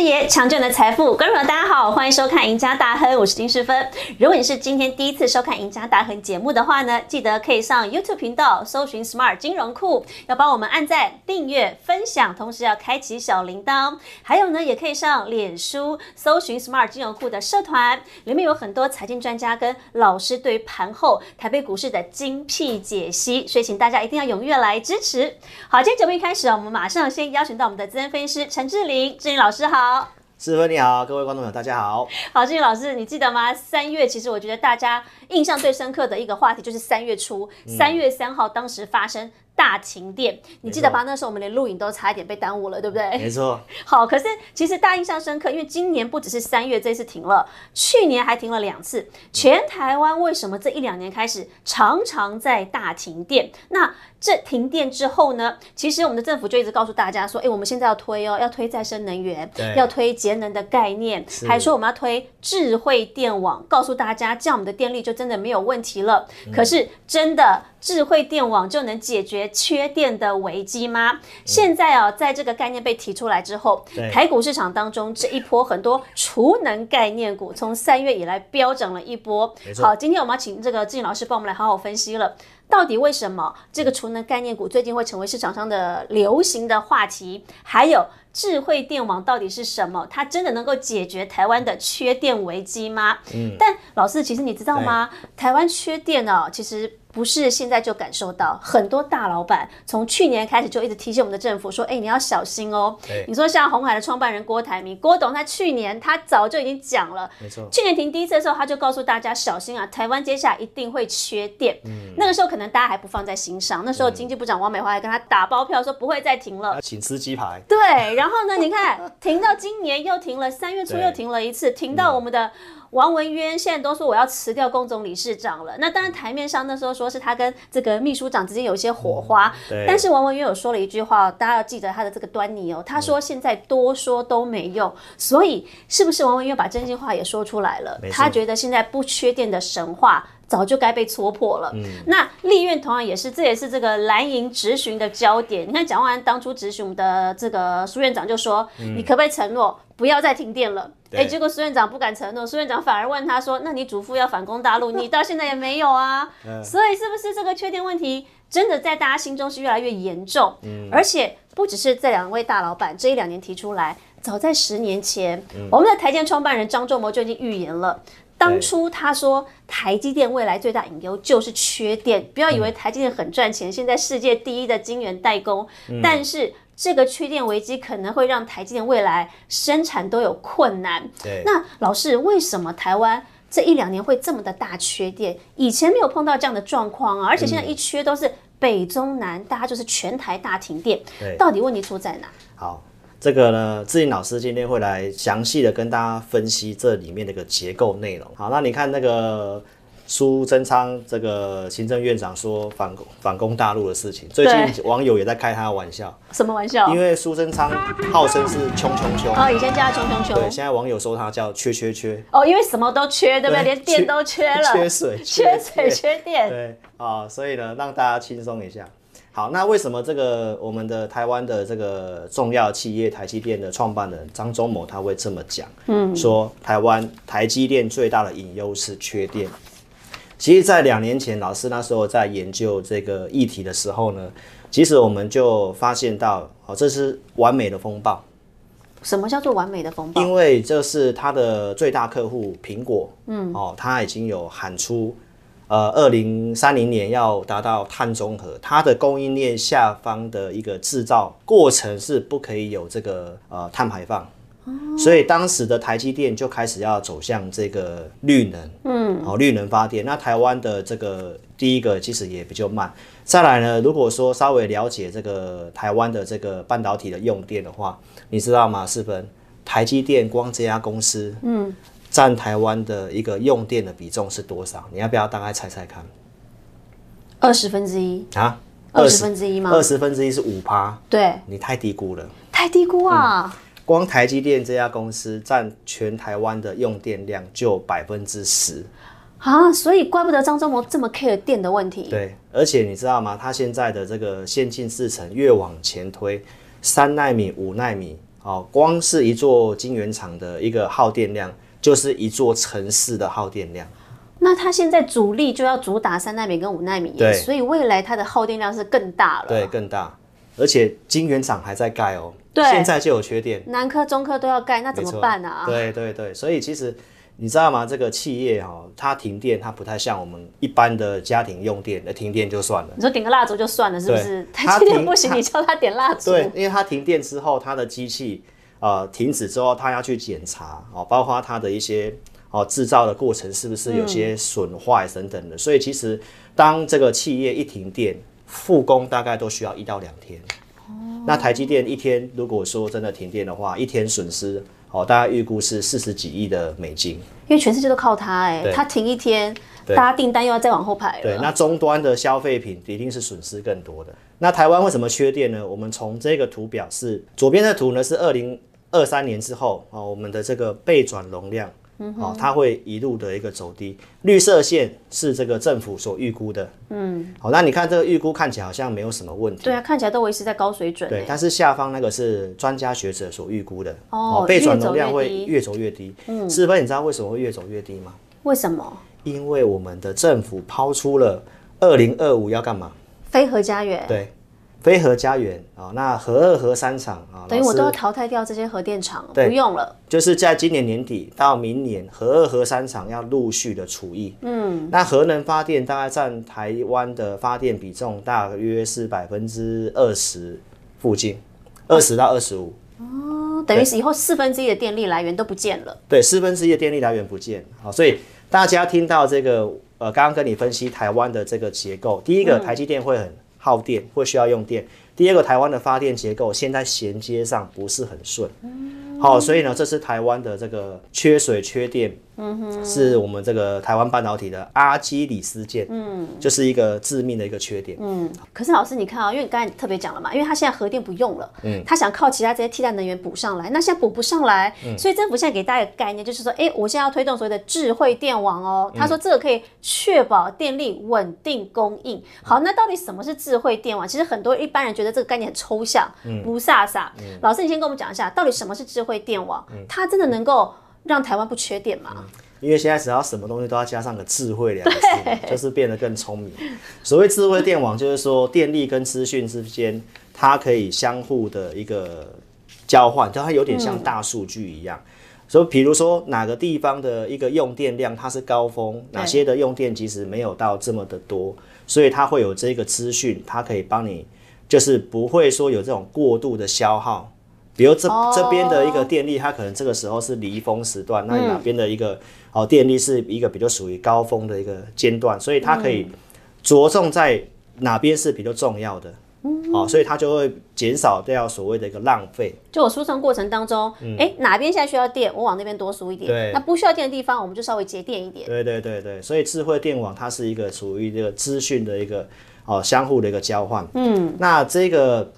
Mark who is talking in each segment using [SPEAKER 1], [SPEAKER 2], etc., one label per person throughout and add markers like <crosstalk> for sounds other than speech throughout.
[SPEAKER 1] 爷强健的财富，观众朋友大家好，欢迎收看《赢家大亨》，我是金世芬。如果你是今天第一次收看《赢家大亨》节目的话呢，记得可以上 YouTube 频道搜寻 Smart 金融库，要帮我们按赞、订阅、分享，同时要开启小铃铛。还有呢，也可以上脸书搜寻 Smart 金融库的社团，里面有很多财经专家跟老师对于盘后台北股市的精辟解析，所以请大家一定要踊跃来支持。好，今天节目一开始啊，我们马上先邀请到我们的资深分析师陈志玲，志玲老师好。
[SPEAKER 2] 志芬你好，各位观众朋友大家好。
[SPEAKER 1] 好，志玲老师，你记得吗？三月其实我觉得大家印象最深刻的一个话题就是三月初，三、月三号当时发生大停电，你记得吧？那时候我们连录影都差一点被耽误了，对不对？
[SPEAKER 2] 没错，
[SPEAKER 1] <laughs> 好，可是其实大家印象深刻，因为今年不只是三月这次停了，去年还停了两次。全台湾为什么这一两年开始常常在大停电？那这停电之后呢？其实我们的政府就一直告诉大家说，哎、我们现在要推哦，要推再生能源，
[SPEAKER 2] 对
[SPEAKER 1] 要推节能的概念，
[SPEAKER 2] 是
[SPEAKER 1] 还说我们要推智慧电网，告诉大家这样我们的电力就真的没有问题了。
[SPEAKER 2] 嗯
[SPEAKER 1] 可是真的智慧电网就能解决缺电的危机吗？现在啊，在这个概念被提出来之后，
[SPEAKER 2] 嗯对
[SPEAKER 1] 台股市场当中这一波很多储能概念股从三月以来飙涨了一波
[SPEAKER 2] 没。错
[SPEAKER 1] 好，今天我们要请这个志颖老师帮我们来好好分析了。到底为什么这个储能概念股最近会成为市场上的流行的话题？还有智慧电网到底是什么？它真的能够解决台湾的缺电危机吗？嗯。但老师，其实你知道吗？台湾缺电哦，其实不是现在就感受到，很多大老板从去年开始就一直提醒我们的政府说：“哎，你要小心哦。
[SPEAKER 2] 对”
[SPEAKER 1] 你说像红海的创办人郭台铭，郭董他去年他早就已经讲了，
[SPEAKER 2] 没错，
[SPEAKER 1] 去年停第一次的时候，他就告诉大家小心啊，台湾接下来一定会缺电。
[SPEAKER 2] 嗯
[SPEAKER 1] 那个时候可能大家还不放在心上，那时候经济部长王美花还跟他打包票说不会再
[SPEAKER 2] <laughs>
[SPEAKER 1] 停了。
[SPEAKER 2] 啊请吃鸡排。
[SPEAKER 1] 对，然后呢？你看，停到今年又停了，三月初
[SPEAKER 2] 对嗯
[SPEAKER 1] 又停了一次，停到我们的王文渊现在都说我要辞掉龚总理事长了。那当
[SPEAKER 2] 嗯
[SPEAKER 1] 然，台面上那时候说是他跟这个秘书长之间有一些火花，
[SPEAKER 2] 嗯对
[SPEAKER 1] 但是王文渊有说了一句话，哦大家要记得他的这个端倪哦。他
[SPEAKER 2] 嗯
[SPEAKER 1] 说现在多说都没用，所以是不是王文渊把真心话也说出来了
[SPEAKER 2] 没？错
[SPEAKER 1] 他觉得现在不缺电的神话。早就该被戳破
[SPEAKER 2] 嗯
[SPEAKER 1] 了。那立院同样也是，这也是这个蓝营质询的焦点。你看蒋万安当初质询我们的这个苏院长就说：“
[SPEAKER 2] 嗯
[SPEAKER 1] 你可不可以承诺不要再停电了？”哎、
[SPEAKER 2] 对
[SPEAKER 1] 结果苏院长不敢承诺，苏院长反而问他说：“那你嘱咐要反攻大陆，你到现在也没有啊？”所以是不是这个缺电问题真的在大家心中是越来越严重？而且不只是这两位大老板这一两年提出来，早在十年前，我们的台积电创办人张忠谋就已经预言了。当初他说台积电未来最大隐忧就是缺电，不要以为台积电很赚钱，现在世界第一的晶圆代工，但是这个缺电危机可能会让台积电未来生产都有困难。
[SPEAKER 2] 对，
[SPEAKER 1] 那老师，为什么台湾这一两年会这么的大缺电？以前没有碰到这样的状况啊，而且现在一缺都是北中南，大家就是全台大停电。
[SPEAKER 2] 对
[SPEAKER 1] 到底问题出在哪？
[SPEAKER 2] 好，这个呢，志颖老师今天会来详细的跟大家分析这里面的一个结构内容。好，那你看那个苏贞昌这个行政院长说反攻反攻大陆的事情，最近网友也在开他的玩笑，
[SPEAKER 1] 什么玩笑
[SPEAKER 2] 因？为苏贞昌号称是穷穷穷，
[SPEAKER 1] 哦，以前叫他穷穷
[SPEAKER 2] 对，
[SPEAKER 1] 穷。
[SPEAKER 2] 现在网友说他叫缺缺缺，
[SPEAKER 1] 哦，因为什么都缺，对不对？
[SPEAKER 2] 对
[SPEAKER 1] 连电都缺了，<laughs>
[SPEAKER 2] 缺水
[SPEAKER 1] 缺水、缺电。
[SPEAKER 2] 对啊、所以呢，让大家轻松一下。好，那为什么这个我们的台湾的这个重要企业台积电的创办人张忠谋他会这么讲？嗯，说台湾台积电最大的隐忧是缺电。其实，在两年前，老师那时候在研究这个议题的时候呢，其实我们就发现到，哦，这是完美的风暴，
[SPEAKER 1] 什么叫做完美的风暴？
[SPEAKER 2] 因为这是它的最大客户苹果，嗯，哦，它已经有喊出，呃，二零三零年要达到碳中和，它的供应链下方的一个制造过程是不可以有这个呃碳排放。
[SPEAKER 1] 哦
[SPEAKER 2] 所以当时的台积电就开始要走向这个绿能，嗯，哦，绿能发电。那台湾的这个第一个其实也比较慢。再来呢，如果说稍微了解这个台湾的这个半导体的用电的话，你知道吗？世芬，台积电光这家公司，嗯，占台湾的一个用电的比重是多少？你要不要大概猜猜看
[SPEAKER 1] 二十分之一，
[SPEAKER 2] 啊？
[SPEAKER 1] 二十分之一吗？
[SPEAKER 2] 二十分之一是五趴，
[SPEAKER 1] 对，
[SPEAKER 2] 你太低估了。
[SPEAKER 1] 太低估
[SPEAKER 2] 嗯
[SPEAKER 1] 啊！
[SPEAKER 2] 光台积电这家公司占全台湾的用电量就百分之十，
[SPEAKER 1] 啊，所以怪不得张忠谋这么 care 电的问题。
[SPEAKER 2] 对，而且你知道吗？它现在的这个先进制程越往前推，三纳米、五纳米，哦，光是一座晶圆厂的一个耗电量，就是一座城市的耗电量。
[SPEAKER 1] 那它现在主力就要主打三纳米跟五纳米耶，
[SPEAKER 2] 对
[SPEAKER 1] 所以未来它的耗电量是更大了。
[SPEAKER 2] 对，，更大，而且晶圆厂还在盖哦，
[SPEAKER 1] 对
[SPEAKER 2] 现在就有缺电，
[SPEAKER 1] 南科、中科都要盖，那怎
[SPEAKER 2] 没
[SPEAKER 1] 么
[SPEAKER 2] 错
[SPEAKER 1] 办啊？
[SPEAKER 2] 对对对，所以其实你知道吗？这个企业哦，它停电，它不太像我们一般的家庭用电，呃，停电就算了。
[SPEAKER 1] 你说点个蜡烛就算了，是不是 <laughs>
[SPEAKER 2] 对？
[SPEAKER 1] 它
[SPEAKER 2] 它
[SPEAKER 1] 今天
[SPEAKER 2] 停
[SPEAKER 1] 不行，
[SPEAKER 2] 它
[SPEAKER 1] 你叫它点蜡烛。
[SPEAKER 2] 对，因为它停电之后，它的机器呃停止之后，它要去检查哦，包括它的一些哦制造的过程是不是有些损坏等等的。所以其实当这个企业一停电，复工大概都需要一到两天。那台积电一天如果说真的停电的话，一天损失哦，大概预估是四十几亿的美金。
[SPEAKER 1] 因为全世界都靠它哎、
[SPEAKER 2] 对
[SPEAKER 1] 它停一天，大家订单又要再往后排
[SPEAKER 2] 对，啊
[SPEAKER 1] 了。
[SPEAKER 2] 那终端的消费品一定是损失更多的。那台湾为什么缺电呢？我们从这个图表是左边的图呢是二零二三年之后啊、哦，我们的这个备转容量。哦，它会一路的一个走低，绿色线是这个政府所预估的，嗯，好、那你看这个预估看起来好像没有什么问题，
[SPEAKER 1] 对啊，看起来都维持在高水准哎、
[SPEAKER 2] 对，但是下方那个是专家学者所预估的，
[SPEAKER 1] 哦
[SPEAKER 2] 备转
[SPEAKER 1] 越走
[SPEAKER 2] 容量
[SPEAKER 1] 越
[SPEAKER 2] 会
[SPEAKER 1] 低
[SPEAKER 2] 越走越低，嗯，师芬，你知道为什么会越走越低吗？
[SPEAKER 1] 为什么？
[SPEAKER 2] 因为我们的政府抛出了二零二五要干嘛？
[SPEAKER 1] 非核家园，
[SPEAKER 2] 对，非核家园啊、那核二、核三厂啊，
[SPEAKER 1] 等于
[SPEAKER 2] 老
[SPEAKER 1] 我
[SPEAKER 2] 师
[SPEAKER 1] 都要淘汰掉这些核电厂，不
[SPEAKER 2] 对
[SPEAKER 1] 用了。
[SPEAKER 2] 就是在今年年底到明年，核二、核三厂要陆续的除役。嗯，那核能发电大概占台湾的发电比重大约是百分之二十附近，二十到二十五。
[SPEAKER 1] 哦等于是以后四分之一的电力来源都不见了。
[SPEAKER 2] 对，四分之一的电力来源不见好，所以大家听到这个，呃，刚刚跟你分析台湾的这个结构，第一个，台积电会很耗电，会需要用电；第二个，台湾的发电结构现在衔接上不是很顺。好、所以呢，这是台湾的这个缺水缺电，嗯哼，是我们这个台湾半导体的阿基里斯腱，嗯，就是一个致命的一个缺点。
[SPEAKER 1] 嗯，可是老师，你看啊、因为你刚才特别讲了嘛，因为他现在核电不用了，嗯，他想靠其他这些替代能源补上来，那现在补不上来，所以政府现在给大家一个概念，就是说，哎，我现在要推动所谓的智慧电网哦，他说这个可以确保电力稳定供应。好，那到底什么是智慧电网？其实很多一般人觉得这个概念很抽象，不飒飒。老师，你先跟我们讲一下，到底什么是智慧电网？它真的能够让台湾不嗯缺电吗？
[SPEAKER 2] 因为现在只要什么东西都要加上个“智慧”两个字，就是变得更聪明。所谓智慧电网，就是说电力跟资讯之间，它可以相互的一个交换，就它有点像大数据一样。所以，比如说哪个地方的一个用电量它是高峰，哪些的用电其实没有到这么的多，所以它会有这个资讯，它可以帮你，就是不会说有这种过度的消耗。比如这、
[SPEAKER 1] 哦
[SPEAKER 2] 这边的一个电力，它可能这个时候是离峰时段，那哪边的一个、哦电力是一个比较属于高峰的一个间段，所以它可以着重在哪边是比较重要的，哦，所以它就会减少掉所谓的一个浪费。
[SPEAKER 1] 就我输送过程当中，哎、哪边现在需要电，我往那边多输一点
[SPEAKER 2] 对；
[SPEAKER 1] 那不需要电的地方，我们就稍微节电一点。
[SPEAKER 2] 对对对对，所以智慧电网它是一个属于这个资讯的一个哦相互的一个交换。嗯，那这个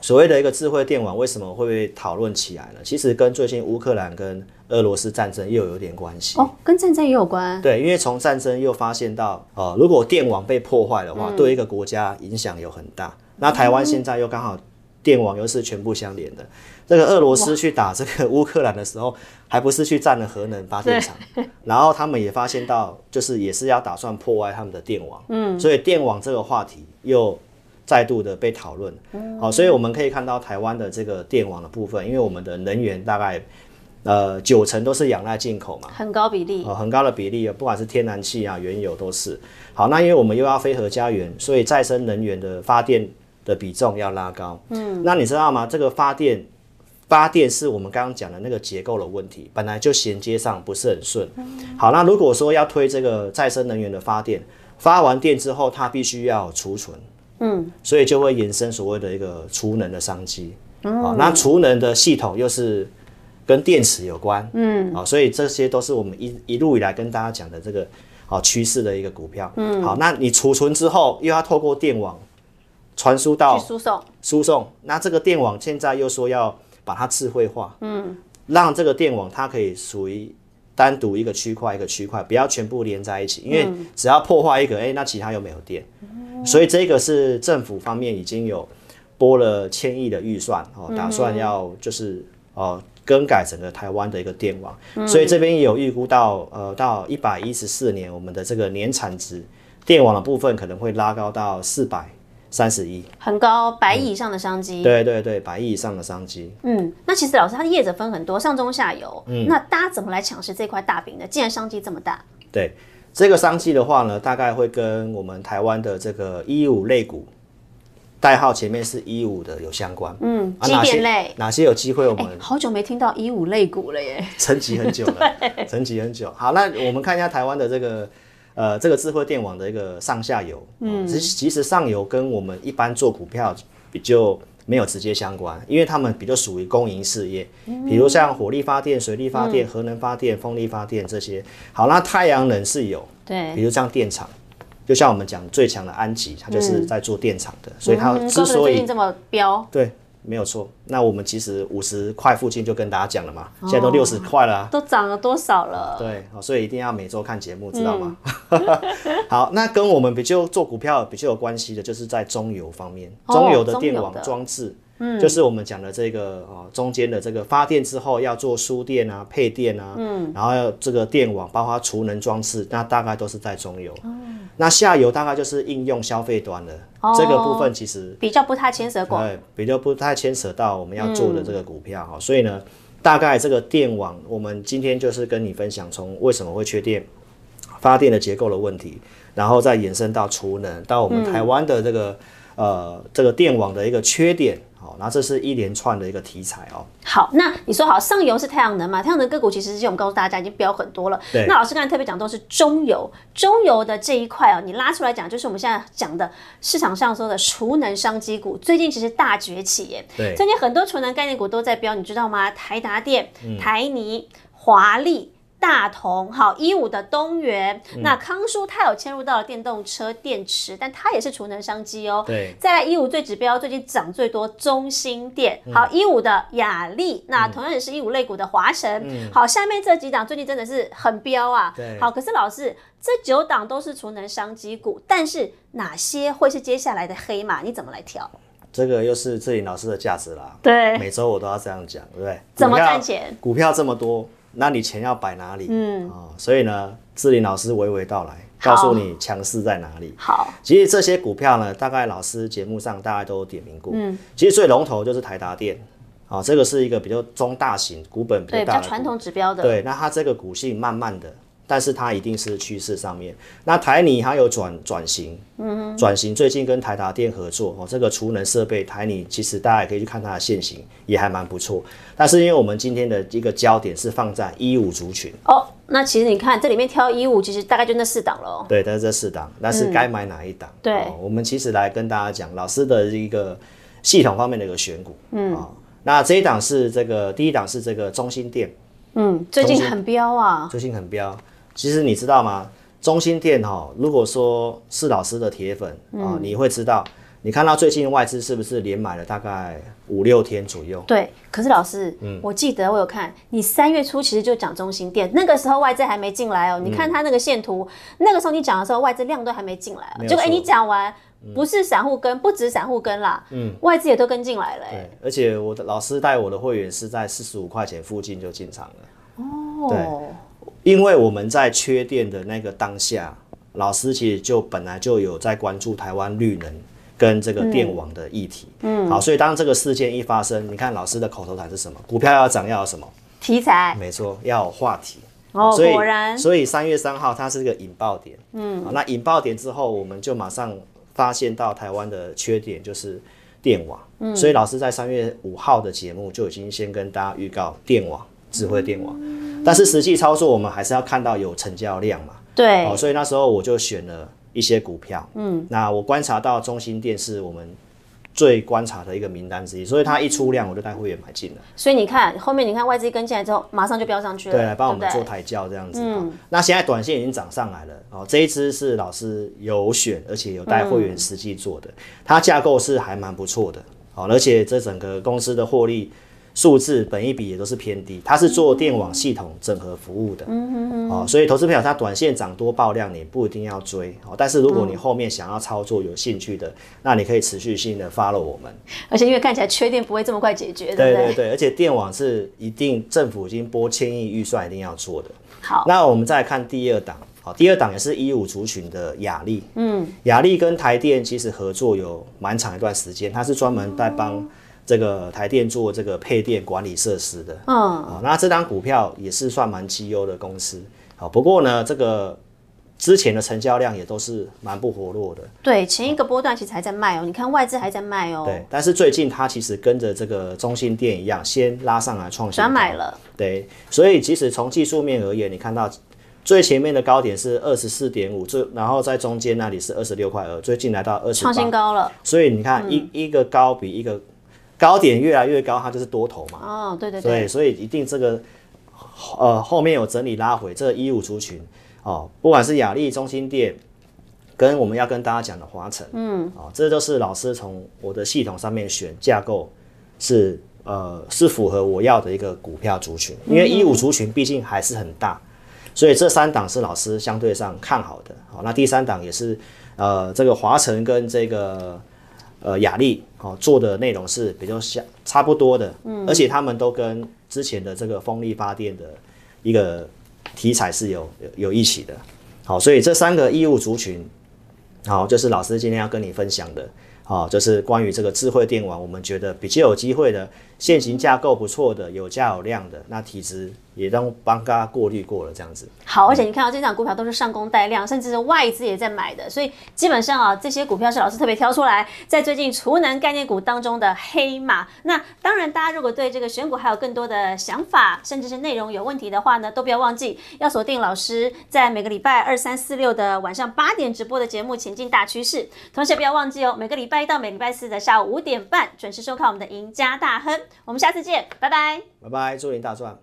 [SPEAKER 2] 所谓的一个智慧电网为什么会被讨论起来呢？其实跟最近乌克兰跟俄罗斯战争又有点关系。
[SPEAKER 1] 哦，跟战争也有关。
[SPEAKER 2] 对，因为从战争又发现到，呃，如果电网被破坏的话，对一个国家影响有很大。那台湾现在又刚好电网又是全部相连的，这个俄罗斯去打这个乌克兰的时候，还不是去占了核能发电厂，然后他们也发现到，就是也是要打算破坏他们的电网。嗯，所以电网这个话题又。再度的被讨论，好、所以我们可以看到台湾的这个电网的部分，因为我们的能源大概呃九成都是仰赖进口嘛，
[SPEAKER 1] 很高比例，
[SPEAKER 2] 呃，很高的比例，不管是天然气啊、原油都是。好，那因为我们又要非核家园，所以再生能源的发电的比重要拉高。嗯，那你知道吗？这个发电。发电是我们刚刚讲的那个结构的问题，本来就衔接上不是很顺。好，那如果说要推这个再生能源的发电，发完电之后它必须要有储存，嗯，所以就会延伸所谓的一个储能的商机。哦，那储能的系统又是跟电池有关，嗯，好、所以这些都是我们一一路以来跟大家讲的这个好趋势的一个股票，嗯，好，那你储存之后又要透过电网传输到
[SPEAKER 1] 去输送。
[SPEAKER 2] 输送，那这个电网现在又说要把它智慧化，嗯，让这个电网它可以属于单独一个区块一个区块，不要全部连在一起，因为只要破坏一个，哎、那其他又没有电，所以这个是政府方面已经有拨了千亿的预算哦，打算要就是呃更改整个台湾的一个电网，所以这边也有预估到呃到一百一十四年我们的这个年产值电网的部分可能会拉高到四百三十一，
[SPEAKER 1] 很高百亿以上的商机。
[SPEAKER 2] 对对对，百亿以上的商机。
[SPEAKER 1] 嗯，那其实老师，它的业者分很多，上中下游。
[SPEAKER 2] 嗯
[SPEAKER 1] 那大家怎么来抢食这块大饼呢？既然商机这么大，
[SPEAKER 2] 对这个商机的话呢，大概会跟我们台湾的这个一五类股，代号前面是一五的有相关。
[SPEAKER 1] 嗯，
[SPEAKER 2] 啊
[SPEAKER 1] 机
[SPEAKER 2] 哪些
[SPEAKER 1] 电类，
[SPEAKER 2] 哪些有机会我
[SPEAKER 1] 哎 <laughs>
[SPEAKER 2] 们，
[SPEAKER 1] 好久没听到一五类股了耶。
[SPEAKER 2] 沉寂很久了，沉寂很久。好，那我们看一下台湾的这个呃这个智慧电网的一个上下游，嗯，其实其实上游跟我们一般做股票比较没有直接相关，因为他们比较属于公营事业，比如像火力发电、水力发电、核能发电、风力发电这些。好，那太阳能是有，
[SPEAKER 1] 对，
[SPEAKER 2] 比如像电厂。就像我们讲最强的安吉，它就是在做电厂的，所以它
[SPEAKER 1] 嗯怪
[SPEAKER 2] 之
[SPEAKER 1] 不得
[SPEAKER 2] 所
[SPEAKER 1] 最
[SPEAKER 2] 以
[SPEAKER 1] 近这么飙，
[SPEAKER 2] 对，没有错。那我们其实五十块附近就跟大家讲了嘛，现在都六十块了啊、
[SPEAKER 1] 都涨了多少了？
[SPEAKER 2] 对，哦所以一定要每周看节目，知道吗？
[SPEAKER 1] 嗯
[SPEAKER 2] <laughs> 好，那跟我们比较做股票比较有关系的，就是在中游方面，
[SPEAKER 1] 哦
[SPEAKER 2] 中游的
[SPEAKER 1] 中
[SPEAKER 2] 电
[SPEAKER 1] 游
[SPEAKER 2] 网
[SPEAKER 1] 的
[SPEAKER 2] 装置，嗯，就是我们讲的这个哦，中间的这个发电之后要做输电啊、配电啊，嗯，然后要这个电网包括储能装置，那大概都是在中游。
[SPEAKER 1] 哦
[SPEAKER 2] 那下游大概就是应用消费端了，这个部分其实
[SPEAKER 1] 比较不太牵涉广。
[SPEAKER 2] 对，比较不太牵扯到我们要做的这个股票
[SPEAKER 1] 嗯
[SPEAKER 2] 哈、所以呢，大概这个电网，我们今天就是跟你分享从为什么会缺电，发电的结构的问题，然后再延伸到储能，到我们台湾的这个、
[SPEAKER 1] 嗯
[SPEAKER 2] 呃这个电网的一个缺点，好、然后这是一连串的一个题材哦。
[SPEAKER 1] 好，那你说好上游是太阳能嘛？太阳能个股其实之前我们告诉大家已经标很多了。
[SPEAKER 2] 对
[SPEAKER 1] 那老师刚才特别讲都是中游，中游的这一块哦，你拉出来讲，就是我们现在讲的市场上说的储能商机股，最近其实大崛起耶。
[SPEAKER 2] 对
[SPEAKER 1] 最近很多储能概念股都在标，你知道吗？台达电、
[SPEAKER 2] 嗯
[SPEAKER 1] 台泥、华丽。大同好一五的东元，
[SPEAKER 2] 嗯
[SPEAKER 1] 那康舒它有嵌入到了电动车电池，但它也是储能商机哦。
[SPEAKER 2] 对
[SPEAKER 1] 再来一五最指标，最近涨最多中心店，
[SPEAKER 2] 嗯
[SPEAKER 1] 好一五的雅丽，那同样也是一五类股的华晨，好下面这几档最近真的是很飙啊，
[SPEAKER 2] 嗯对
[SPEAKER 1] 好可是老师这九档都是储能商机股，但是哪些会是接下来的黑马？你怎么来挑？
[SPEAKER 2] 这个又是志颖老师的价值啦。
[SPEAKER 1] 对，
[SPEAKER 2] 每周我都要这样讲，对不对？
[SPEAKER 1] 怎么
[SPEAKER 2] 股票
[SPEAKER 1] 赚钱？
[SPEAKER 2] 股票这么多，那你钱要摆哪里？嗯啊、所以呢，志玲老师娓娓道来，告诉你强势在哪里。
[SPEAKER 1] 好，
[SPEAKER 2] 其实这些股票呢，大概老师节目上大概都有点名过。嗯，其实最龙头就是台达电，啊、这个是一个比较中大型、股本比
[SPEAKER 1] 对
[SPEAKER 2] 较
[SPEAKER 1] 比
[SPEAKER 2] 大
[SPEAKER 1] 较
[SPEAKER 2] 的股
[SPEAKER 1] 传统指标的，
[SPEAKER 2] 对，那它这个股性慢慢的，但是它一定是趋势上面。那台泥它有转转型，嗯，转型最近跟台达电合作哦，这个储能设备台泥其实大家也可以去看它的现形，也还蛮不错。但是因为我们今天的一个焦点是放在一五族群，
[SPEAKER 1] 哦，那其实你看这里面挑一五，其实大概就那四档了哦。嗯
[SPEAKER 2] 对，但是这四档，但是该买哪一档？
[SPEAKER 1] 对
[SPEAKER 2] 哦我们其实来跟大家讲老师的一个系统方面的一个选股，嗯、哦，那这一档是这个第一档是这个中心店。
[SPEAKER 1] 嗯，最近很飙啊，
[SPEAKER 2] 最近很飙。其实你知道吗？中心店哈、如果说是老师的铁粉啊、
[SPEAKER 1] 嗯
[SPEAKER 2] 你会知道，你看到最近外资是不是连买了大概五六天左右？
[SPEAKER 1] 对，可是老师，
[SPEAKER 2] 嗯
[SPEAKER 1] 我记得我有看你三月初其实就讲中心店，那个时候外资还没进来
[SPEAKER 2] 嗯
[SPEAKER 1] 哦。你看它那个线图，那个时候你讲的时候，外资量都还没进来、哦
[SPEAKER 2] 没，有
[SPEAKER 1] 结果哎，
[SPEAKER 2] 错嗯
[SPEAKER 1] 你讲完不是散户跟，不止散户跟啦，外资也都跟进来了、哎
[SPEAKER 2] 对，而且我的老师带我的会员是在四十五块钱附近就进场了，
[SPEAKER 1] 哦，
[SPEAKER 2] 因为我们在缺电的那个当下，老师其实就本来就有在关注台湾绿能跟这个电网的议题，嗯，好，所以当这个事件一发生，你看老师的口头禅是什么？股票要涨要有什么？
[SPEAKER 1] 题材
[SPEAKER 2] 没错，要有话题。
[SPEAKER 1] 哦，
[SPEAKER 2] 所以
[SPEAKER 1] 果然
[SPEAKER 2] 所以三月三号它是一个引爆点，嗯，那引爆点之后，我们就马上发现到台湾的缺点就是电网，嗯，所以老师在三月五号的节目就已经先跟大家预告电网智慧电网，
[SPEAKER 1] 嗯
[SPEAKER 2] 但是实际操作我们还是要看到有成交量嘛，
[SPEAKER 1] 对
[SPEAKER 2] 哦，所以那时候我就选了一些股票，嗯，那我观察到中心店是我们最观察的一个名单之一，所以它一出量我就带会员买进了。
[SPEAKER 1] 所以你看后面你看外资跟进来之后，马上就飙上去了，
[SPEAKER 2] 对，来帮我们
[SPEAKER 1] 不
[SPEAKER 2] 做抬轿这样子。哦那现在短线已经涨上来了哦，这一支是老师有选，而且有带会员实际做的，它架构是还蛮不错的哦，而且这整个公司的获利数字本益比也都是偏低，它是做电网系统整合服务的，哦，所以投资朋友他短线涨多爆量你不一定要追，哦，但是如果你后面想要操作有兴趣的，那你可以持续性的 follow 我们，
[SPEAKER 1] 而且因为看起来缺电不会这么快解决，
[SPEAKER 2] 对
[SPEAKER 1] 不
[SPEAKER 2] 对对，而且电网是一定政府已经拨千亿预算一定要做的。
[SPEAKER 1] 好，
[SPEAKER 2] 那我们再来看第二档，好，第二档也是一五族群的雅力，嗯，雅力跟台电其实合作有蛮长一段时间，它是专门在帮这个台电做这个配电管理设施的，
[SPEAKER 1] 嗯，
[SPEAKER 2] 啊，那这档股票也是算蛮绩优的公司，好，不过呢，这个之前的成交量也都是蛮不活络的，
[SPEAKER 1] 对，前一个波段其实还在卖哦，你看外资还在卖哦，
[SPEAKER 2] 对，但是最近它其实跟着这个中信电一样，先拉上来创新高
[SPEAKER 1] 转买了，
[SPEAKER 2] 对，所以其实从技术面而言，你看到最前面的高点是二十四点五，最然后在中间那里是二十六块二，最近来到二十
[SPEAKER 1] 创新
[SPEAKER 2] 八，
[SPEAKER 1] 高嗯了，
[SPEAKER 2] 所以你看一、一个高比一个高点越来越高，它就是多头嘛。
[SPEAKER 1] 哦，对对
[SPEAKER 2] 所
[SPEAKER 1] 对，
[SPEAKER 2] 以所以一定这个呃后面有整理拉回，这一五族群哦，不管是雅丽中心店。跟我们要跟大家讲的华晨，嗯，哦，这就是老师从我的系统上面选架构是呃是符合我要的一个股票族群，因
[SPEAKER 1] 嗯
[SPEAKER 2] 为一五族群毕竟还是很大，所以这三档是老师相对上看好的。哦好、那第三档也是呃这个华晨跟这个呃雅丽哦做的内容是比较像差不多的，嗯，而且他们都跟之前的这个风力发电的一个题材是有有有一起的。好，所以这三个义务族群，好，就是老师今天要跟你分享的，好，就是关于这个智慧电网，我们觉得比较有机会的，现行架构不错的，有价有量的，那体质也都帮大家过滤过了，这样子。
[SPEAKER 1] 好，而且你看到这档股票都是上攻带量，甚至是外资也在买的，所以基本上啊，这些股票是老师特别挑出来，在最近储能概念股当中的黑马。那当然，大家如果对这个选股还有更多的想法，甚至是内容有问题的话呢，都不要忘记要锁定老师在每个礼拜二、三、四、六的晚上八点直播的节目《前进大趋势》，同时也不要忘记哦，每个礼拜一到每礼拜四的下午五点半准时收看我们的赢家大亨。我们下次见，拜拜。
[SPEAKER 2] 拜拜，祝您大赚。